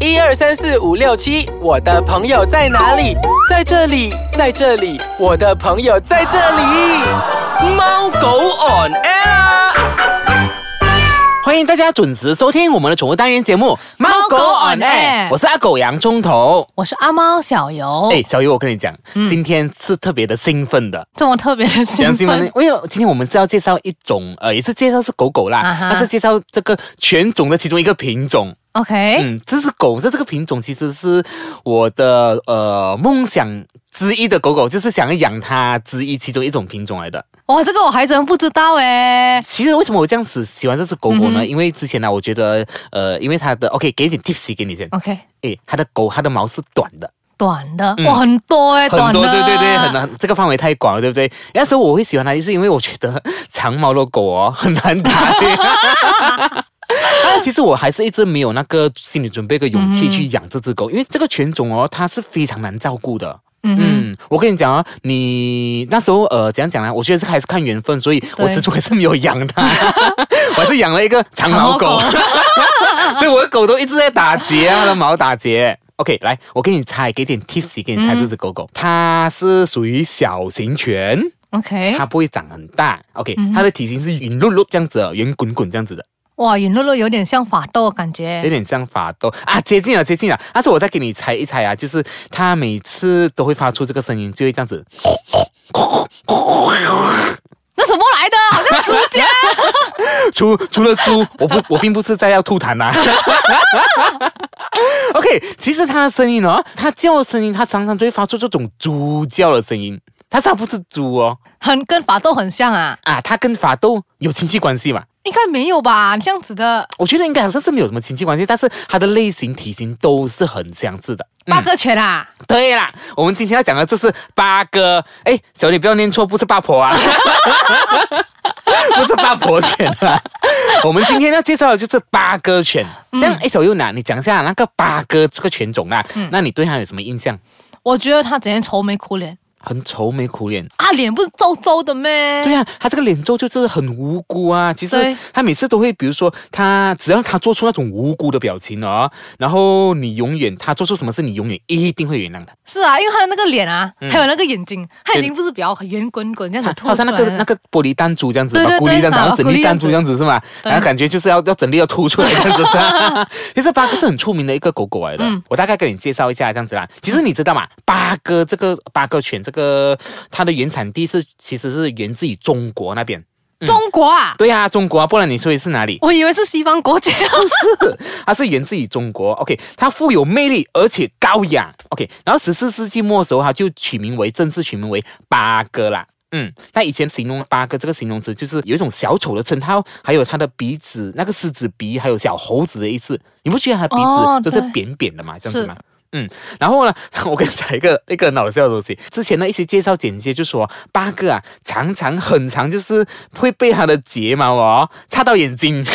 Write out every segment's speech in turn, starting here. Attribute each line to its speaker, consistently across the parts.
Speaker 1: 一二三四五六七，我的朋友在哪里？在这里，在这里，我的朋友在这里。猫狗 on air 啊。
Speaker 2: 欢迎大家准时收听我们的宠物单元节目《猫狗 on air》，我是阿狗洋葱头。
Speaker 3: 我是阿猫小游，
Speaker 2: 哎，小鱼，我跟你讲，今天是特别的兴奋的。
Speaker 3: 这么特别的兴
Speaker 2: 兴奋呢
Speaker 3: 奋，？
Speaker 2: 因为今天我们是要介绍一种，呃，也是介绍是狗狗啦
Speaker 3: 啊，哈
Speaker 2: 它是介绍这个犬种的其中一个品种。
Speaker 3: ，OK，
Speaker 2: 嗯，这只狗，这这个品种其实是我的呃梦想之一的狗狗，就是想要养它之一其中一种品种来的。
Speaker 3: 哇，这个我还真不知道哎，
Speaker 2: 其实为什么我这样子喜欢这只狗狗
Speaker 3: 嗯
Speaker 2: 呢？
Speaker 3: 哼
Speaker 2: 因为之前呢、我觉得呃，因为它的 OK，给一点 tips 给你先。
Speaker 3: OK，
Speaker 2: 诶，它的狗，它的毛是短的，
Speaker 3: 短的，
Speaker 2: 嗯
Speaker 3: 哇，很多哎，
Speaker 2: 很
Speaker 3: 短的，
Speaker 2: 多，对对对，很。难，这个范围太广了，对不对？那时候我会喜欢它，就是因为我觉得长毛的狗哦 很难打理。但其实我还是一直没有那个心理准备跟勇
Speaker 3: 嗯
Speaker 2: 气去养这只狗，因为这个犬种哦，它是非常难照顾的。
Speaker 3: 嗯
Speaker 2: 嗯，我跟你讲啊，你那时候呃怎样讲呢？我觉得这个还是看缘分，所以我
Speaker 3: 对
Speaker 2: 始终还是没有养它， 我还是养了一个长毛狗，
Speaker 3: 长 毛
Speaker 2: 所以我的狗都一直在打结啊，它的毛打结。OK，来，我给你猜，给点 tips，给你
Speaker 3: 嗯
Speaker 2: 猜这只狗狗，它是属于小型犬，
Speaker 3: 哼，OK，
Speaker 2: 它不会长很大。OK，、它的
Speaker 3: 嗯
Speaker 2: 体型是圆碌碌这样子的，圆滚滚这样子的，
Speaker 3: 哇，允乐乐有点像法斗的感
Speaker 2: 有
Speaker 3: 觉，
Speaker 2: 点像法斗啊，接近了，接近了。但是我再给你猜一猜啊，就是它每次都会发出这个声音，就会这样子。
Speaker 3: 那什么来的？好像猪脚，
Speaker 2: 除除了猪，我不我并不是在要吐痰呐、OK，其实它的声音哦，它叫的声音，它常常就会发出这种猪叫的声音。它它不是猪哦，
Speaker 3: 很跟法斗很像啊，
Speaker 2: 啊，它跟法斗有亲戚关系嘛？
Speaker 3: 应该没有吧？这样子的
Speaker 2: 我觉得应该好像是没有什么亲戚关系，但是它的类型、体型都是很相似的。嗯
Speaker 3: 八哥犬啊，
Speaker 2: 对啦，我们今天要讲的就是八哥。哎，小李不要念错，不是八婆啊，不是八婆犬啊。我们今天要介绍的就是八哥犬。这样，哎，小优娜，你讲一下那个八哥这个犬种啦，那你对它有什么印象？
Speaker 3: 我觉得它整天愁眉苦脸
Speaker 2: 很愁眉苦脸。
Speaker 3: 啊，脸不是皱皱的咩？
Speaker 2: 对啊，他这个脸皱就是很无辜啊。其实
Speaker 3: 对
Speaker 2: 他每次都会，比如说他只要他做出那种无辜的表情哦，然后你永远他做出什么事，你永远一定会原谅他。
Speaker 3: 是啊，因为他的那个脸啊，
Speaker 2: 嗯
Speaker 3: 还有那个眼睛，他眼睛不是比较圆滚滚这样
Speaker 2: 它
Speaker 3: 子
Speaker 2: 它
Speaker 3: 凸
Speaker 2: 好像那个
Speaker 3: 出来的
Speaker 2: 那个玻璃弹珠这样子，
Speaker 3: 对
Speaker 2: 把
Speaker 3: 对
Speaker 2: 玻璃
Speaker 3: 对
Speaker 2: 弹珠，
Speaker 3: 啊
Speaker 2: 然后整
Speaker 3: 玻
Speaker 2: 粒
Speaker 3: 璃
Speaker 2: 弹
Speaker 3: 弹
Speaker 2: 珠
Speaker 3: 珠
Speaker 2: 这样子是吗？
Speaker 3: 对
Speaker 2: 然后感觉就是要要整粒要凸出来这样子是 吧。其实八哥是很出名的一个狗狗来的，
Speaker 3: 嗯
Speaker 2: 我大概跟你介绍一下这样子啦。其实你知道嘛，八哥这个八哥犬这个它的原产地是其实是源自于中国那边。
Speaker 3: 中国啊，
Speaker 2: 对啊，中国啊，不然你说是哪里？
Speaker 3: 我以为是西方国家。
Speaker 2: 是，它是源自于中国。OK，它富有魅力，而且高雅。OK，然后十四世纪末的时候，它就取名为正式取名为八哥啦。嗯，那以前形容八哥这个形容词，就是有一种小丑的称号，还有它的鼻子，那个狮子鼻，还有小猴子的意思。你不觉得它的鼻
Speaker 3: 哦
Speaker 2: 子都是
Speaker 3: 对
Speaker 2: 扁扁的嘛？这样子
Speaker 3: 是
Speaker 2: 吗？嗯，然后呢， 我跟你讲一个 一个很搞笑的东西。之前的一些介绍简介就说，八哥啊，常常很长，就是会被它的睫毛哦插到眼睛。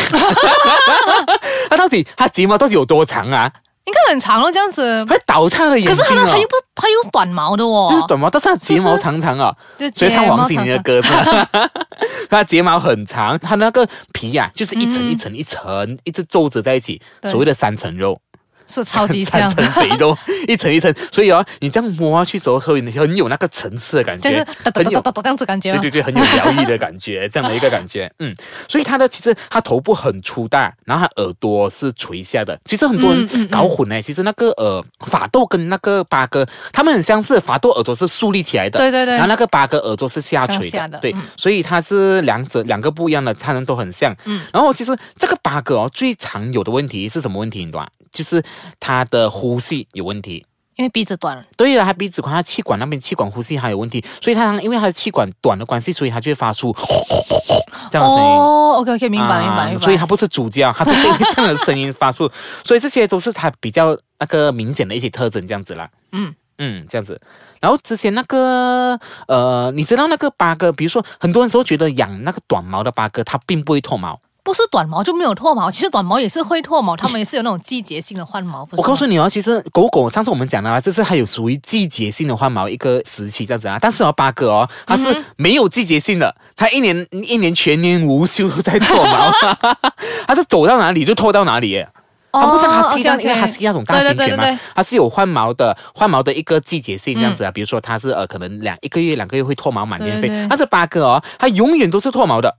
Speaker 2: 它到底它睫毛到底有多长啊？
Speaker 3: 应该很长咯，这样子。
Speaker 2: 会倒插了眼
Speaker 3: 可
Speaker 2: 睛、
Speaker 3: 是
Speaker 2: 哦。
Speaker 3: 它的它又不它又是短毛的哦，
Speaker 2: 就是短毛，但是它睫毛
Speaker 3: 是不是
Speaker 2: 长长啊、
Speaker 3: 就
Speaker 2: 所以唱
Speaker 3: 睫毛
Speaker 2: 王心凌的
Speaker 3: 长
Speaker 2: 歌是吧？ 它睫毛很长，它那个皮呀、就是一层一层一层，一直皱褶在一起，
Speaker 3: 嗯对
Speaker 2: 所谓的三层肉。
Speaker 3: 哦是超级
Speaker 2: 三
Speaker 3: 像，
Speaker 2: 层肥肉，一层一层，所以哦，你这样摸下去的时候，所以你很有那个层次的感
Speaker 3: 就是
Speaker 2: 觉，
Speaker 3: 哒哒
Speaker 2: 很
Speaker 3: 哒
Speaker 2: 有
Speaker 3: 哒。哒这样子感觉哦
Speaker 2: 对
Speaker 3: 吗。
Speaker 2: 对对，很有疗愈的感觉，这样的一个感觉，嗯，所以它的其实它头部很粗大，然后它耳朵是垂下的。其实很多
Speaker 3: 嗯嗯
Speaker 2: 人
Speaker 3: 嗯
Speaker 2: 搞混呢、其实那个呃法斗跟那个八哥，他们很相似，法斗耳朵是竖立起来的，
Speaker 3: 对对对
Speaker 2: 然后那个八哥耳朵是下垂
Speaker 3: 向
Speaker 2: 的，
Speaker 3: 下的
Speaker 2: 对
Speaker 3: 嗯，
Speaker 2: 所以它是两者两个不一样的，它们都很像。嗯，然后其实这个八哥哦，最常有的问题是什么问题？你懂吗？就是它的呼吸有问题。
Speaker 3: 因为鼻子短，
Speaker 2: 对了，他鼻子管、他气管那边气管呼吸还有问题，所以他因为他的气管短的关系，所以他就会发出 这样的声音。
Speaker 3: 哦，OK OK，明白
Speaker 2: 啊
Speaker 3: 明白明白。
Speaker 2: 所以他不是主教，他就是因为这样的声音发出， 所以这些都是他比较那个明显的一些特征，这样子啦。
Speaker 3: 嗯
Speaker 2: 嗯，这样子。然后之前那个呃，你知道那个八哥，比如说很多人时候觉得养那个短毛的八哥，它并不会脱毛。
Speaker 3: 不是短毛就没有脱毛，其实短毛也是会脱毛，它们也是有那种季节性的换毛。不
Speaker 2: 我
Speaker 3: 是吗
Speaker 2: 告诉你哦，其实狗狗上次我们讲了啊，就是它有属于季节性的换毛一个时期这样子啊，但是哦，八哥哦，它是没有季节性的，它一年一年全年无休在脱毛，它是走到哪里就脱到哪里耶。
Speaker 3: 哦
Speaker 2: 啊它不像哈士奇这样，
Speaker 3: OK，OK
Speaker 2: 因为哈啊士奇那种大型
Speaker 3: 对对
Speaker 2: 犬
Speaker 3: 对
Speaker 2: 嘛
Speaker 3: 对对，
Speaker 2: 它是有换毛的，换毛的一个季节性这样子啊。比如说它是呃，可能两一个月、两个月会脱毛满天
Speaker 3: 对
Speaker 2: 飞
Speaker 3: 对对，
Speaker 2: 但是八哥哦，它永远都是脱毛的。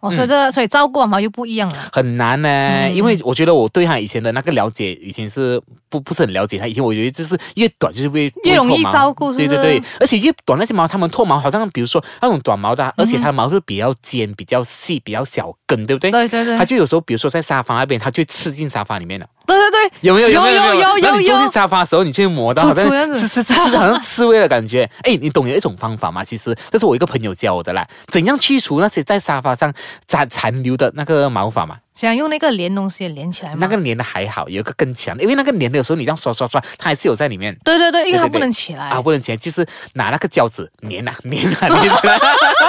Speaker 3: 哦，所以
Speaker 2: 嗯
Speaker 3: 这所以照顾妈妈又不一样了。
Speaker 2: 很难呢、
Speaker 3: 嗯
Speaker 2: 因为我觉得我对他以前的那个了解，以前是不不是很了解他。以前我觉得就是越短就是越
Speaker 3: 越容
Speaker 2: 脱
Speaker 3: 易
Speaker 2: 毛
Speaker 3: 照顾是不是
Speaker 2: 对对对，而且越短那些毛，他们脱毛好像比如说那种短毛的啊，而且它的毛是比较尖、比较细、比较小根，对不对？
Speaker 3: 对对对
Speaker 2: 它就有时候，比如说在沙发那边，它就吃进沙发里面了，
Speaker 3: 对对对，
Speaker 2: 有没有？
Speaker 3: 有
Speaker 2: 没有
Speaker 3: 有有
Speaker 2: 然后你
Speaker 3: 有
Speaker 2: 坐
Speaker 3: 有
Speaker 2: 进沙发的时候，你去摸到，
Speaker 3: 粗
Speaker 2: 好像
Speaker 3: 粗样子
Speaker 2: 吃吃吃，吃好像刺猬的感觉。 哎，你懂有一种方法吗？其实这是我一个朋友教我的啦，怎样去除那些在沙发上残残留的那个毛发嘛？
Speaker 3: 想用那个连东西连起来嘛。
Speaker 2: 那个粘的还好，有一个更强的，因为那个粘的有时候你这样刷刷刷，它还是有在里面。
Speaker 3: 对对对，因为它
Speaker 2: 对对对
Speaker 3: 不能起来。
Speaker 2: 啊，不能钱，就是拿那个胶纸粘啊 粘啊粘啊，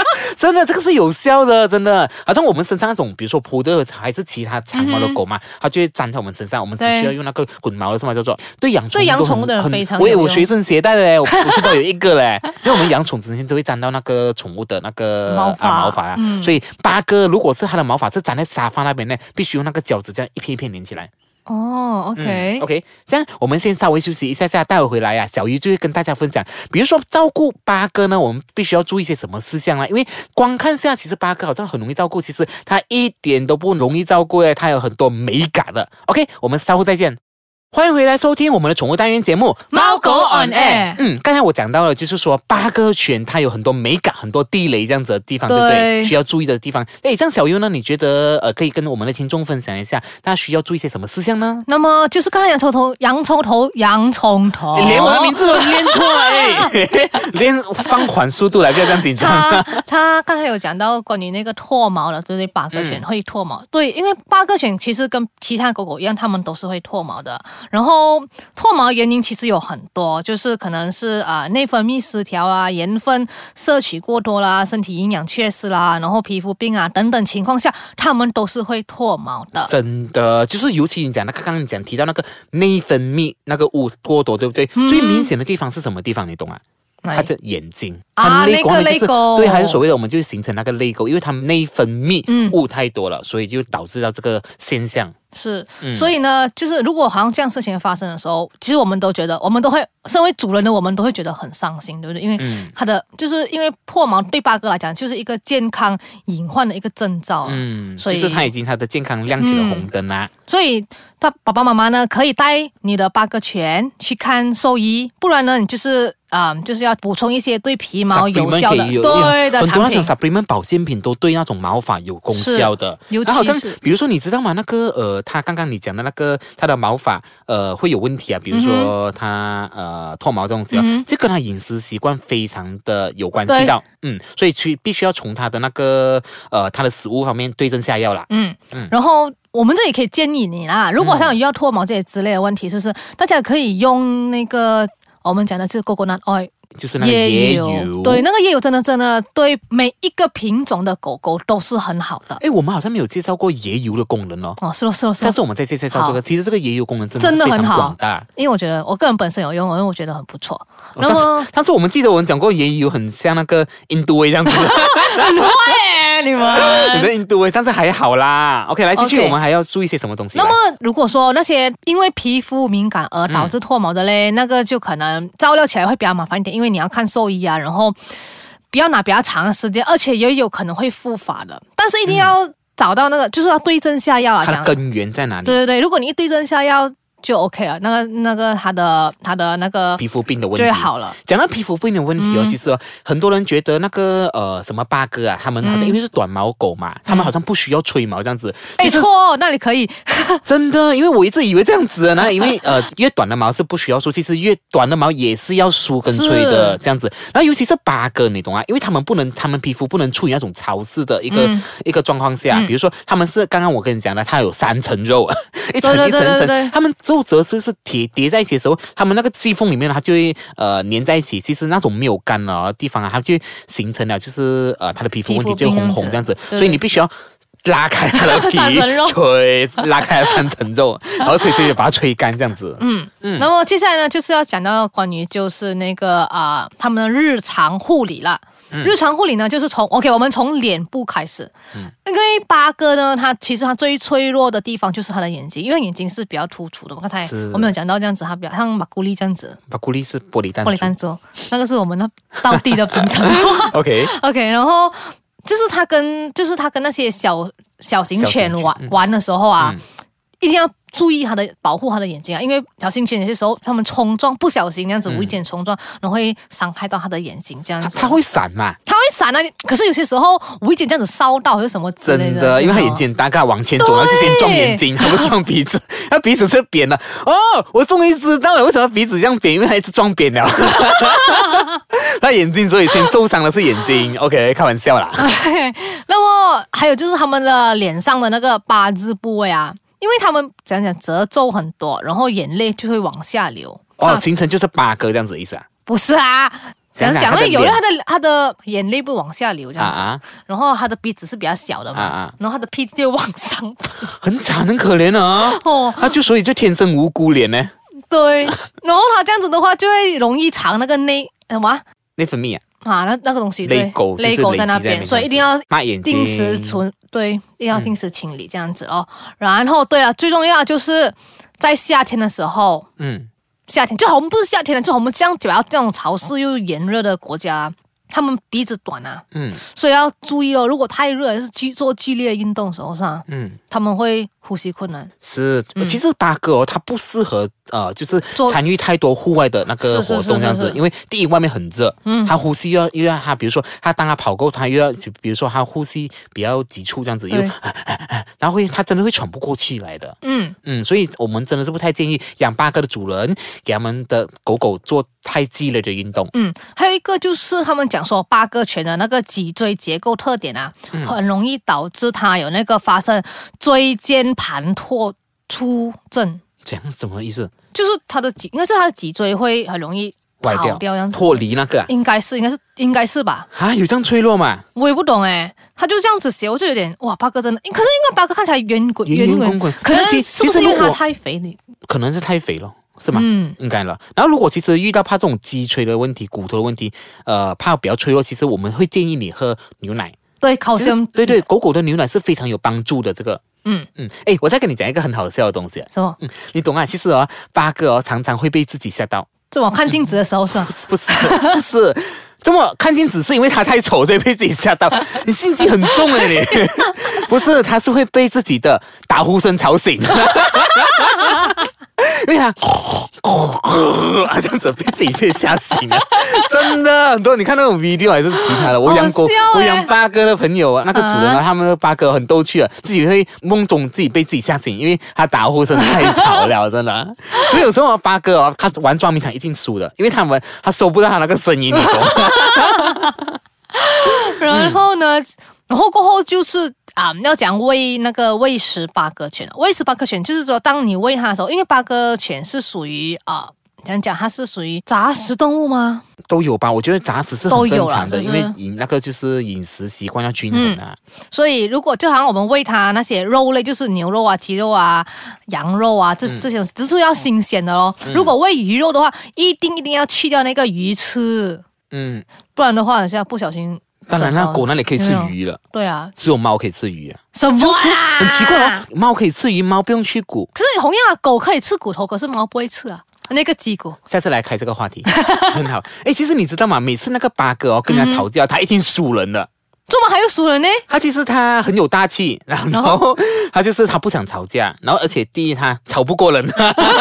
Speaker 2: 真的这个是有效的，真的。好像我们身上那种，比如说扑的还是其他长毛的狗
Speaker 3: 嗯
Speaker 2: 嘛，它就会粘在我们身上，我们只
Speaker 3: 对
Speaker 2: 需要用那个滚毛的是吗？叫做对养宠
Speaker 3: 对养
Speaker 2: 都很
Speaker 3: 宠物的
Speaker 2: 很
Speaker 3: 非常
Speaker 2: 我也
Speaker 3: 有
Speaker 2: 我
Speaker 3: 用
Speaker 2: 随身携带的 嘞，我我是都有一个嘞，因为我们养宠之前都会粘到那个宠物的那个
Speaker 3: 毛发
Speaker 2: 啊毛发啊，
Speaker 3: 嗯
Speaker 2: 所以八哥如果是它的毛发是粘在沙发那边呢，必须用那个胶纸这样一片一片连起来。
Speaker 3: 哦，OK，
Speaker 2: 嗯 OK，这样我们先稍微休息一下下，待会回来呀、小鱼就会跟大家分享，比如说照顾八哥呢，我们必须要注意些什么事项啦？因为光看下，其实八哥好像很容易照顾，其实它一点都不容易照顾诶，它有很多美感的。OK，我们稍后再见。欢迎回来收听我们的宠物单元节目《
Speaker 3: 猫狗 on air
Speaker 2: 嗯，刚才我讲到了，就是说八哥犬它有很多美感、很多地雷这样子的地方，对不
Speaker 3: 对
Speaker 2: 对？需要注意的地方。哎，这样小优呢，你觉得呃，可以跟我们的听众分享一下，大家需要注意些什么事项呢？
Speaker 3: 那么就是刚才洋葱头，洋葱头，洋葱头，
Speaker 2: 连我的名字都念错了，哎，连放缓速度来，不要这样紧张。
Speaker 3: 他他刚才有讲到关于那个脱毛了，对不对？八哥犬会脱毛，对，因为八哥犬其实跟其他狗狗一样，它们都是会脱毛的。然后脱毛原因其实有很多，就是可能是啊、呃内分泌失调啊、盐分摄取过多啦、身体营养缺失啦，然后皮肤病啊等等情况下，它们都是会脱毛的。
Speaker 2: 真的，就是尤其你讲那个，刚刚你讲提到那个内分泌那个物过多，对不对？
Speaker 3: 嗯
Speaker 2: 最明显的地方是什么地方？你懂啊？
Speaker 3: 来
Speaker 2: 它的眼睛，
Speaker 3: 哎啊
Speaker 2: 它泪沟
Speaker 3: 那个
Speaker 2: 它就是
Speaker 3: 泪沟
Speaker 2: 对，还是所谓的我们就形成那个泪沟，因为它内分泌
Speaker 3: 嗯
Speaker 2: 物太多了，所以就导致到这个现象。
Speaker 3: 是，
Speaker 2: 嗯
Speaker 3: 所以呢，就是如果好像这样事情发生的时候，其实我们都觉得，我们都会身为主人的我们都会觉得很伤心，对不对？因为
Speaker 2: 嗯
Speaker 3: 它的、就是因为破毛对八哥来讲就是一个健康隐患的一个征兆啊。
Speaker 2: 嗯，
Speaker 3: 所
Speaker 2: 就
Speaker 3: 以
Speaker 2: 是它已经它的健康亮起了
Speaker 3: 嗯
Speaker 2: 红灯啊啦。
Speaker 3: 所以爸爸爸妈妈呢可以带你的八哥犬去看兽医，不然呢你就是啊、就是要补充一些对皮毛有
Speaker 2: supplement
Speaker 3: 效的
Speaker 2: 可以有
Speaker 3: 对的
Speaker 2: 很多
Speaker 3: 产
Speaker 2: 那
Speaker 3: 品
Speaker 2: 种。supplement 保健品都对那种毛发有功效的，
Speaker 3: 是尤其
Speaker 2: 然后好像
Speaker 3: 是
Speaker 2: 比如说你知道吗？那个呃，他刚刚你讲的那个他的毛发呃会有问题啊，比如说他、呃脱毛这种东西啊，
Speaker 3: 嗯哼
Speaker 2: 这跟他饮食习惯非常的有关系到，嗯，所以去必须要从他的那个呃他的食物方面对症下药啦。
Speaker 3: 嗯
Speaker 2: 嗯，
Speaker 3: 然后我们这里可以建议你啦，如果像有要脱毛这些之类的问题，是不是大家可以用那个我们讲的是 coconut oil
Speaker 2: 就是那个椰油，
Speaker 3: 油，对，。那个椰油真的真的对每一个品种的狗狗都是很好的
Speaker 2: 哎，我们好像没有介绍过椰油的功能哦。
Speaker 3: 哦，是咯是咯是
Speaker 2: 下
Speaker 3: 咯，
Speaker 2: 次我们再介绍这
Speaker 3: 好
Speaker 2: 个，其实这个椰油功能真的
Speaker 3: 真的
Speaker 2: 是非
Speaker 3: 很
Speaker 2: 常
Speaker 3: 好
Speaker 2: 广大。
Speaker 3: 因为我觉得我个人本身有用，因为我觉得很不错。
Speaker 2: 哦
Speaker 3: 那么
Speaker 2: 上次我们记得我们讲过椰油很像那个印度味这样 子，
Speaker 3: 对你
Speaker 2: 你
Speaker 3: 们。
Speaker 2: 的印度味，但是还好啦。OK，来继续
Speaker 3: OK
Speaker 2: 我们还要注意些什么东西？
Speaker 3: 那么，如果说那些因为皮肤敏感而导致脱毛的嘞，那个就可能照料起来会比较麻烦一点，因为你要看兽医啊，然后不要拿比较长的时间，而且也有可能会复发的。但是一定要找到那个，就是要对症下药啊，
Speaker 2: 它
Speaker 3: 讲
Speaker 2: 的根源在哪里？
Speaker 3: 对对对，如果你一对症下药就 OK 了，那个那个他的他的那个
Speaker 2: 皮肤病的问
Speaker 3: 就会
Speaker 2: 题。
Speaker 3: 好嗯了。
Speaker 2: 讲到皮肤病的问题哦，其实哦，很多人觉得那个呃什么八哥啊，他们好
Speaker 3: 嗯
Speaker 2: 像、因为是短毛狗嘛，他们好像不需要吹毛这样子。
Speaker 3: 哎，
Speaker 2: 其实
Speaker 3: 错，那里可以，
Speaker 2: 真的，因为我一直以为这样子的，那因为呃越短的毛是不需要梳，其实越短的毛也是要梳跟吹的
Speaker 3: 是
Speaker 2: 这样子。然后尤其是八哥，你懂啊？因为他们不能，他们皮肤不能处于那种潮湿的一个、
Speaker 3: 嗯
Speaker 2: 一个状况下，
Speaker 3: 嗯
Speaker 2: 比如说他们是刚刚我跟你讲的，它有三层肉，啊一层
Speaker 3: 对对
Speaker 2: 一层一
Speaker 3: 对对对
Speaker 2: 层，他们皱褶就是叠叠在一起的时候，他们那个细缝里面呢它就会呃粘在一起。其实那种没有干的地方啊，它就会形成了就是呃它的皮肤问
Speaker 3: 皮
Speaker 2: 题
Speaker 3: 肤病
Speaker 2: 就红红
Speaker 3: 这
Speaker 2: 这
Speaker 3: 样
Speaker 2: 样
Speaker 3: 子
Speaker 2: 子，
Speaker 3: 对
Speaker 2: 所以你必须要。拉开它的皮
Speaker 3: 三层肉，
Speaker 2: 吹，拉开了三层肉，然后吹吹就把它吹干这样子。
Speaker 3: 嗯嗯。那么接下来呢，就是要讲到关于就是那个啊、他们的日常护理啦。日常护理呢，就是从 OK，我们从脸部开始，因为八哥呢，它其实它最脆弱的地方就是它的眼睛，因为眼睛是比较突出的嘛。刚才
Speaker 2: 是
Speaker 3: 我们有讲到这样子，它比较像马古力这样子，
Speaker 2: 巴古利是玻璃弹珠，
Speaker 3: 玻璃弹珠，那个是我们那到地的本质。
Speaker 2: OK，
Speaker 3: OK，然后就是它跟就是它跟那些小小型
Speaker 2: 小型
Speaker 3: 犬
Speaker 2: 犬
Speaker 3: 玩
Speaker 2: 嗯
Speaker 3: 玩的时候啊，
Speaker 2: 嗯
Speaker 3: 一定要注意它的保护它的眼睛啊，因为小型犬有些时候它们冲撞不小心那样子无意间冲撞，然后会伤害到它的眼睛这样
Speaker 2: 它
Speaker 3: 子。
Speaker 2: 它会闪嘛？
Speaker 3: 它会闪啊，可是有些时候无意间这样子烧到或者什么啊之类
Speaker 2: 真
Speaker 3: 的，
Speaker 2: 的，因为他
Speaker 3: 有没有
Speaker 2: 眼。睛很大概往前走，然后就先撞眼睛，他不是撞鼻子，他鼻子是扁的。哦，我终于知道了为什么鼻子这样扁，因为他一直撞 扁了。他眼睛所以先受伤的是眼睛。OK，开玩 笑啦。
Speaker 3: 啊那么还有就是他们的脸上的那个八字部位啊，因为他们讲讲褶皱很多，然后眼泪就会往下流。
Speaker 2: 哦，
Speaker 3: 啊
Speaker 2: 形成就是八哥这样子的意思啊。
Speaker 3: 不是啊，
Speaker 2: 讲讲
Speaker 3: 讲讲
Speaker 2: 他的
Speaker 3: 了有
Speaker 2: 脸
Speaker 3: 的他的他的眼泪不往下流这
Speaker 2: 啊
Speaker 3: 样子，
Speaker 2: 啊，
Speaker 3: 然后他的鼻子是比较小的嘛，
Speaker 2: 啊啊
Speaker 3: 然后他的屁就往上爬。
Speaker 2: 很惨，很可怜啊。
Speaker 3: 哦，
Speaker 2: 他就所以就天生无辜脸呢，
Speaker 3: 对，然后他这样子的话就会容易藏那个内什么啊
Speaker 2: 内分泌啊，
Speaker 3: 啊那那个东西，对
Speaker 2: 泪沟就是
Speaker 3: 泪沟在那
Speaker 2: 累积在那边
Speaker 3: 边，所以一定要
Speaker 2: 抹眼睛，
Speaker 3: 定时
Speaker 2: 嗯
Speaker 3: 存，对，一定要定时清理这样子哦。然后对啊，最重要就是在夏天的时候，
Speaker 2: 嗯，
Speaker 3: 夏天，就好我们不是夏天了，就好我们这样主要这种潮湿又炎热的国家，他们鼻子短啊，
Speaker 2: 嗯
Speaker 3: 所以要注意哦。如果太热，还是剧做剧烈运动的时候上，
Speaker 2: 嗯。
Speaker 3: 他们会呼吸困难。
Speaker 2: 是，其实八哥哦，它不适合呃，就是
Speaker 3: 嗯做
Speaker 2: 参与太多户外的那个
Speaker 3: 是是
Speaker 2: 活
Speaker 3: 是
Speaker 2: 动这样
Speaker 3: 是
Speaker 2: 子，
Speaker 3: 是
Speaker 2: 因为第一外面很热，嗯，它呼吸要又要它，比如说它当它跑够，它又要就比如说它呼吸比较急促这样子，又啊
Speaker 3: 对
Speaker 2: 然后会它真的会喘不过气来的，
Speaker 3: 嗯，
Speaker 2: 嗯，所以我们真的是不太建议养八哥的主人给他们的狗狗做太激烈的运动，
Speaker 3: 嗯，还有一个就是他们讲说八哥犬的那个脊椎结构特点啊，
Speaker 2: 嗯
Speaker 3: 很容易导致它有那个发生椎间盘脱出症，
Speaker 2: 这样什么意思？
Speaker 3: 就是它的脊，应该是它的脊椎会很容易
Speaker 2: 歪
Speaker 3: 跑掉样子。
Speaker 2: 脱离那个啊
Speaker 3: 应该是，应该是，应该是吧？
Speaker 2: 啊，有这样脆弱嘛？
Speaker 3: 我也不懂哎，他就这样子写，我就有点哇，八哥真的，可是应该八哥看起来圆滚
Speaker 2: 圆圆滚滚
Speaker 3: 可能
Speaker 2: 可是其
Speaker 3: 是不
Speaker 2: 其
Speaker 3: 是
Speaker 2: 实
Speaker 3: 因为
Speaker 2: 如
Speaker 3: 它
Speaker 2: 果
Speaker 3: 太肥你？
Speaker 2: 可能是太肥了，是吗？
Speaker 3: 嗯，
Speaker 2: 应该了。然后如果其实遇到怕这种脊椎的问题、骨头的问题，呃，怕比较脆弱，其实我们会建议你喝牛奶。
Speaker 3: 对，烤
Speaker 2: 其实
Speaker 3: 箱，
Speaker 2: 对对，狗狗的牛奶是非常有帮助的。这个，
Speaker 3: 嗯，
Speaker 2: 嗯，哎，我再跟你讲一个很好笑的东西，
Speaker 3: 什么？
Speaker 2: 你懂啊？其实哦，八哥哦常常会被自己吓到，
Speaker 3: 这我看镜子的时候是吧？
Speaker 2: 是不是？不 是。这么看镜子是因为他太丑，所以被自己吓 到。你心机很重哎，你不是，他是会被自己的打呼声吵醒， 因为他 啊这样子被自己被吓醒了，真的很多。你看那种 video 还是其他的，我养狗，
Speaker 3: 好笑欸
Speaker 2: 我养八哥的朋友啊，那个主人
Speaker 3: 嗯
Speaker 2: 啊，他们的八哥很逗趣啊，自己会梦中自己被自己吓醒，因为他打呼声太吵了，真的。所以有时候啊八哥哦，他玩抓迷藏一定输的，因为他们他收不到他那个声音，你懂吗？ 嗯
Speaker 3: 然后呢，然后过后就是啊、要讲喂那个喂食八哥犬，喂食八哥犬就是说，当你喂它的时候，因为八哥犬是属于啊。讲讲它是属于杂食动物吗？
Speaker 2: 都有吧？我觉得杂食是
Speaker 3: 都
Speaker 2: 很
Speaker 3: 有
Speaker 2: 正
Speaker 3: 啦
Speaker 2: 常的，
Speaker 3: 就是
Speaker 2: 因为饮那个就是饮食习惯要均衡啊。
Speaker 3: 所以如果就好像我们喂它那些肉类，就是牛肉啊、鸡肉啊、羊肉啊，
Speaker 2: 嗯
Speaker 3: 这这些东西，就是要新鲜的咯。如果喂鱼肉的话，一定一定要去掉那个鱼刺，
Speaker 2: 嗯，
Speaker 3: 不然的话，等下不小心。
Speaker 2: 当然啦，
Speaker 3: 哦
Speaker 2: 狗那里可以吃鱼了，
Speaker 3: 对啊，
Speaker 2: 只有猫可以吃鱼啊，
Speaker 3: 什么啊？
Speaker 2: 很奇怪哦，猫可以吃鱼，猫不用去骨。
Speaker 3: 可是同样啊，狗可以吃骨头，可是猫不会吃啊，那个鸡骨。
Speaker 2: 下次来开这个 话题，很好。哎，其实你知道吗？每次那个八哥哦跟
Speaker 3: 嗯
Speaker 2: 人家吵架，他一定输人的。
Speaker 3: 怎么还有熟人呢？
Speaker 2: 他其实他很有大气，然后然
Speaker 3: 哦
Speaker 2: 后他就是他不想吵架，然后而且第一他吵不过人，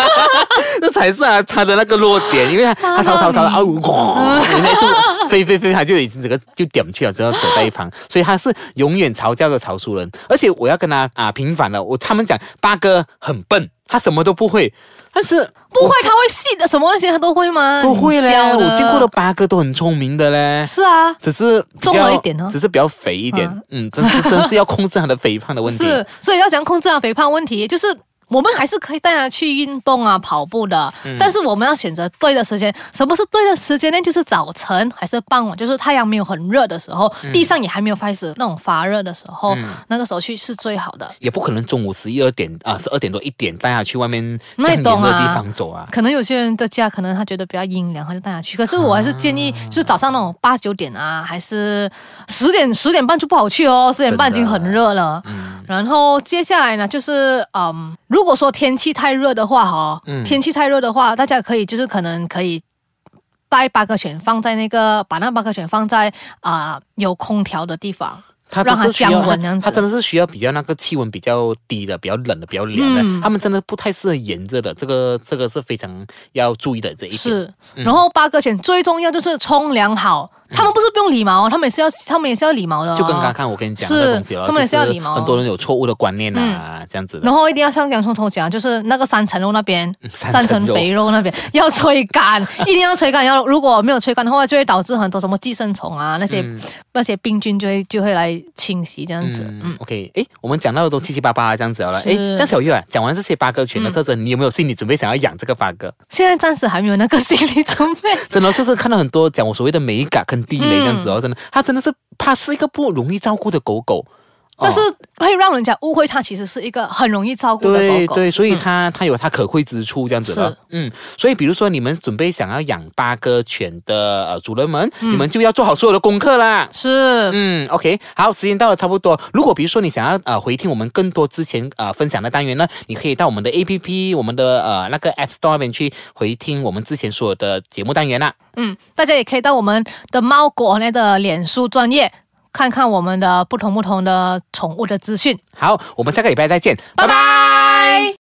Speaker 2: 这才是啊他的那个弱点，因为他他 吵 吵吵，啊呜，人家就飞飞飞，他就已经整个就点去了，只要躲在一旁，所以他是永远吵架的吵输人。而且我要跟他啊平反了，我他们讲八哥很笨，他什么都不会，但是
Speaker 3: 不会，啊他会细的什么那些他都会吗？
Speaker 2: 不会嘞，
Speaker 3: 教
Speaker 2: 我见过的八哥都很聪明的嘞。
Speaker 3: 是啊，
Speaker 2: 只是比较
Speaker 3: 重了一点哦
Speaker 2: 只是比较肥一点嗯嗯，
Speaker 3: 啊，
Speaker 2: 真是真是要控制他的肥胖的问题。
Speaker 3: 是，所以要怎样控制啊肥胖问题？就是我们还是可以带它去运动啊、跑步的，
Speaker 2: 嗯
Speaker 3: 但是我们要选择对的时间。什么是对的时间呢？就是早晨还是傍晚，就是太阳没有很热的时候，
Speaker 2: 嗯
Speaker 3: 地上也还没有开始那种发热的时候，那个时候去是最好的。
Speaker 2: 也不可能中午十一二点啊，十、2二点多一点带他去外面这
Speaker 3: 那
Speaker 2: 样炎
Speaker 3: 也
Speaker 2: 热
Speaker 3: 懂啊
Speaker 2: 的地方走啊。
Speaker 3: 可能有些人的家，可能他觉得比较阴凉，他就带他去。可是我还是建议，
Speaker 2: 啊
Speaker 3: 就是早上那种八九点啊，还是十点十点半就不好去哦，十点半已经很热了。
Speaker 2: 啊嗯
Speaker 3: 然后接下来呢，就是嗯，如果说天气太热的话，哈、
Speaker 2: 嗯
Speaker 3: 天气太热的话，大家可以就是可能可以。带八个犬放在那个，把那八个犬放在啊、有空调的地方，
Speaker 2: 他真
Speaker 3: 让它
Speaker 2: 是需要
Speaker 3: 降温这样子
Speaker 2: 他真的是需要比较那个气温比较低的、比较冷的、比较凉的，
Speaker 3: 嗯
Speaker 2: 他们真的不太适合炎热的，这个这个是非常要注意的这一嗯点。
Speaker 3: 是，然后八哥犬最重要就是冲凉好，他们不是不用理毛，他们也是要，他们也是要理毛的、哦，
Speaker 2: 嗯就跟刚刚我跟你讲
Speaker 3: 是
Speaker 2: 的东西了，
Speaker 3: 他们也是要
Speaker 2: 就
Speaker 3: 礼貌嗯
Speaker 2: 很多人有错误的观念啊，这样子的
Speaker 3: 然。后一定要像洋葱头讲，就是那个三层肉那边，
Speaker 2: 嗯三
Speaker 3: 三
Speaker 2: 层
Speaker 3: 层
Speaker 2: 肉
Speaker 3: 肥 肉那边要吹干，一定要吹干。要如果没有吹干的话，就会导致很多什么寄生虫啊那些、
Speaker 2: 嗯
Speaker 3: 那些病菌就会就会来侵袭这样子。嗯，
Speaker 2: OK，诶，我们讲到的都七七八八这样子了。
Speaker 3: 是
Speaker 2: 诶，那小月啊，讲完这些八哥犬的特征，你有没有心理准备想要养这个八哥？
Speaker 3: 现在暂时还没有那个心理准备。
Speaker 2: 真的就是看到很多讲我所谓的美感跟地雷这样子哦，真的，它真的是它是一个不容易照顾的狗狗。
Speaker 3: 但 是
Speaker 2: 哦
Speaker 3: 会让人家误会它其实是一个很容易照顾的
Speaker 2: 对
Speaker 3: 狗狗。嗯
Speaker 2: 对，所以它它有它可贵之处这样子的
Speaker 3: 是，
Speaker 2: 嗯，所以比如说你们准备想要养八哥犬的呃主人们，
Speaker 3: 嗯
Speaker 2: 你们就要做好所有的功课啦。
Speaker 3: 是，
Speaker 2: 嗯，OK，好，时间到了，差不多。如果比如说你想要呃回听我们更多之前呃分享的单元呢，你可以到我们的 APP、我们的呃那个 App Store 那边去回听我们之前所有的节目单元啦。
Speaker 3: 嗯，大家也可以到我们的猫狗那的脸书专业看看我们的不同不同的宠物的资讯。
Speaker 2: 好，我们下个礼拜再见，拜
Speaker 3: 拜
Speaker 2: 拜。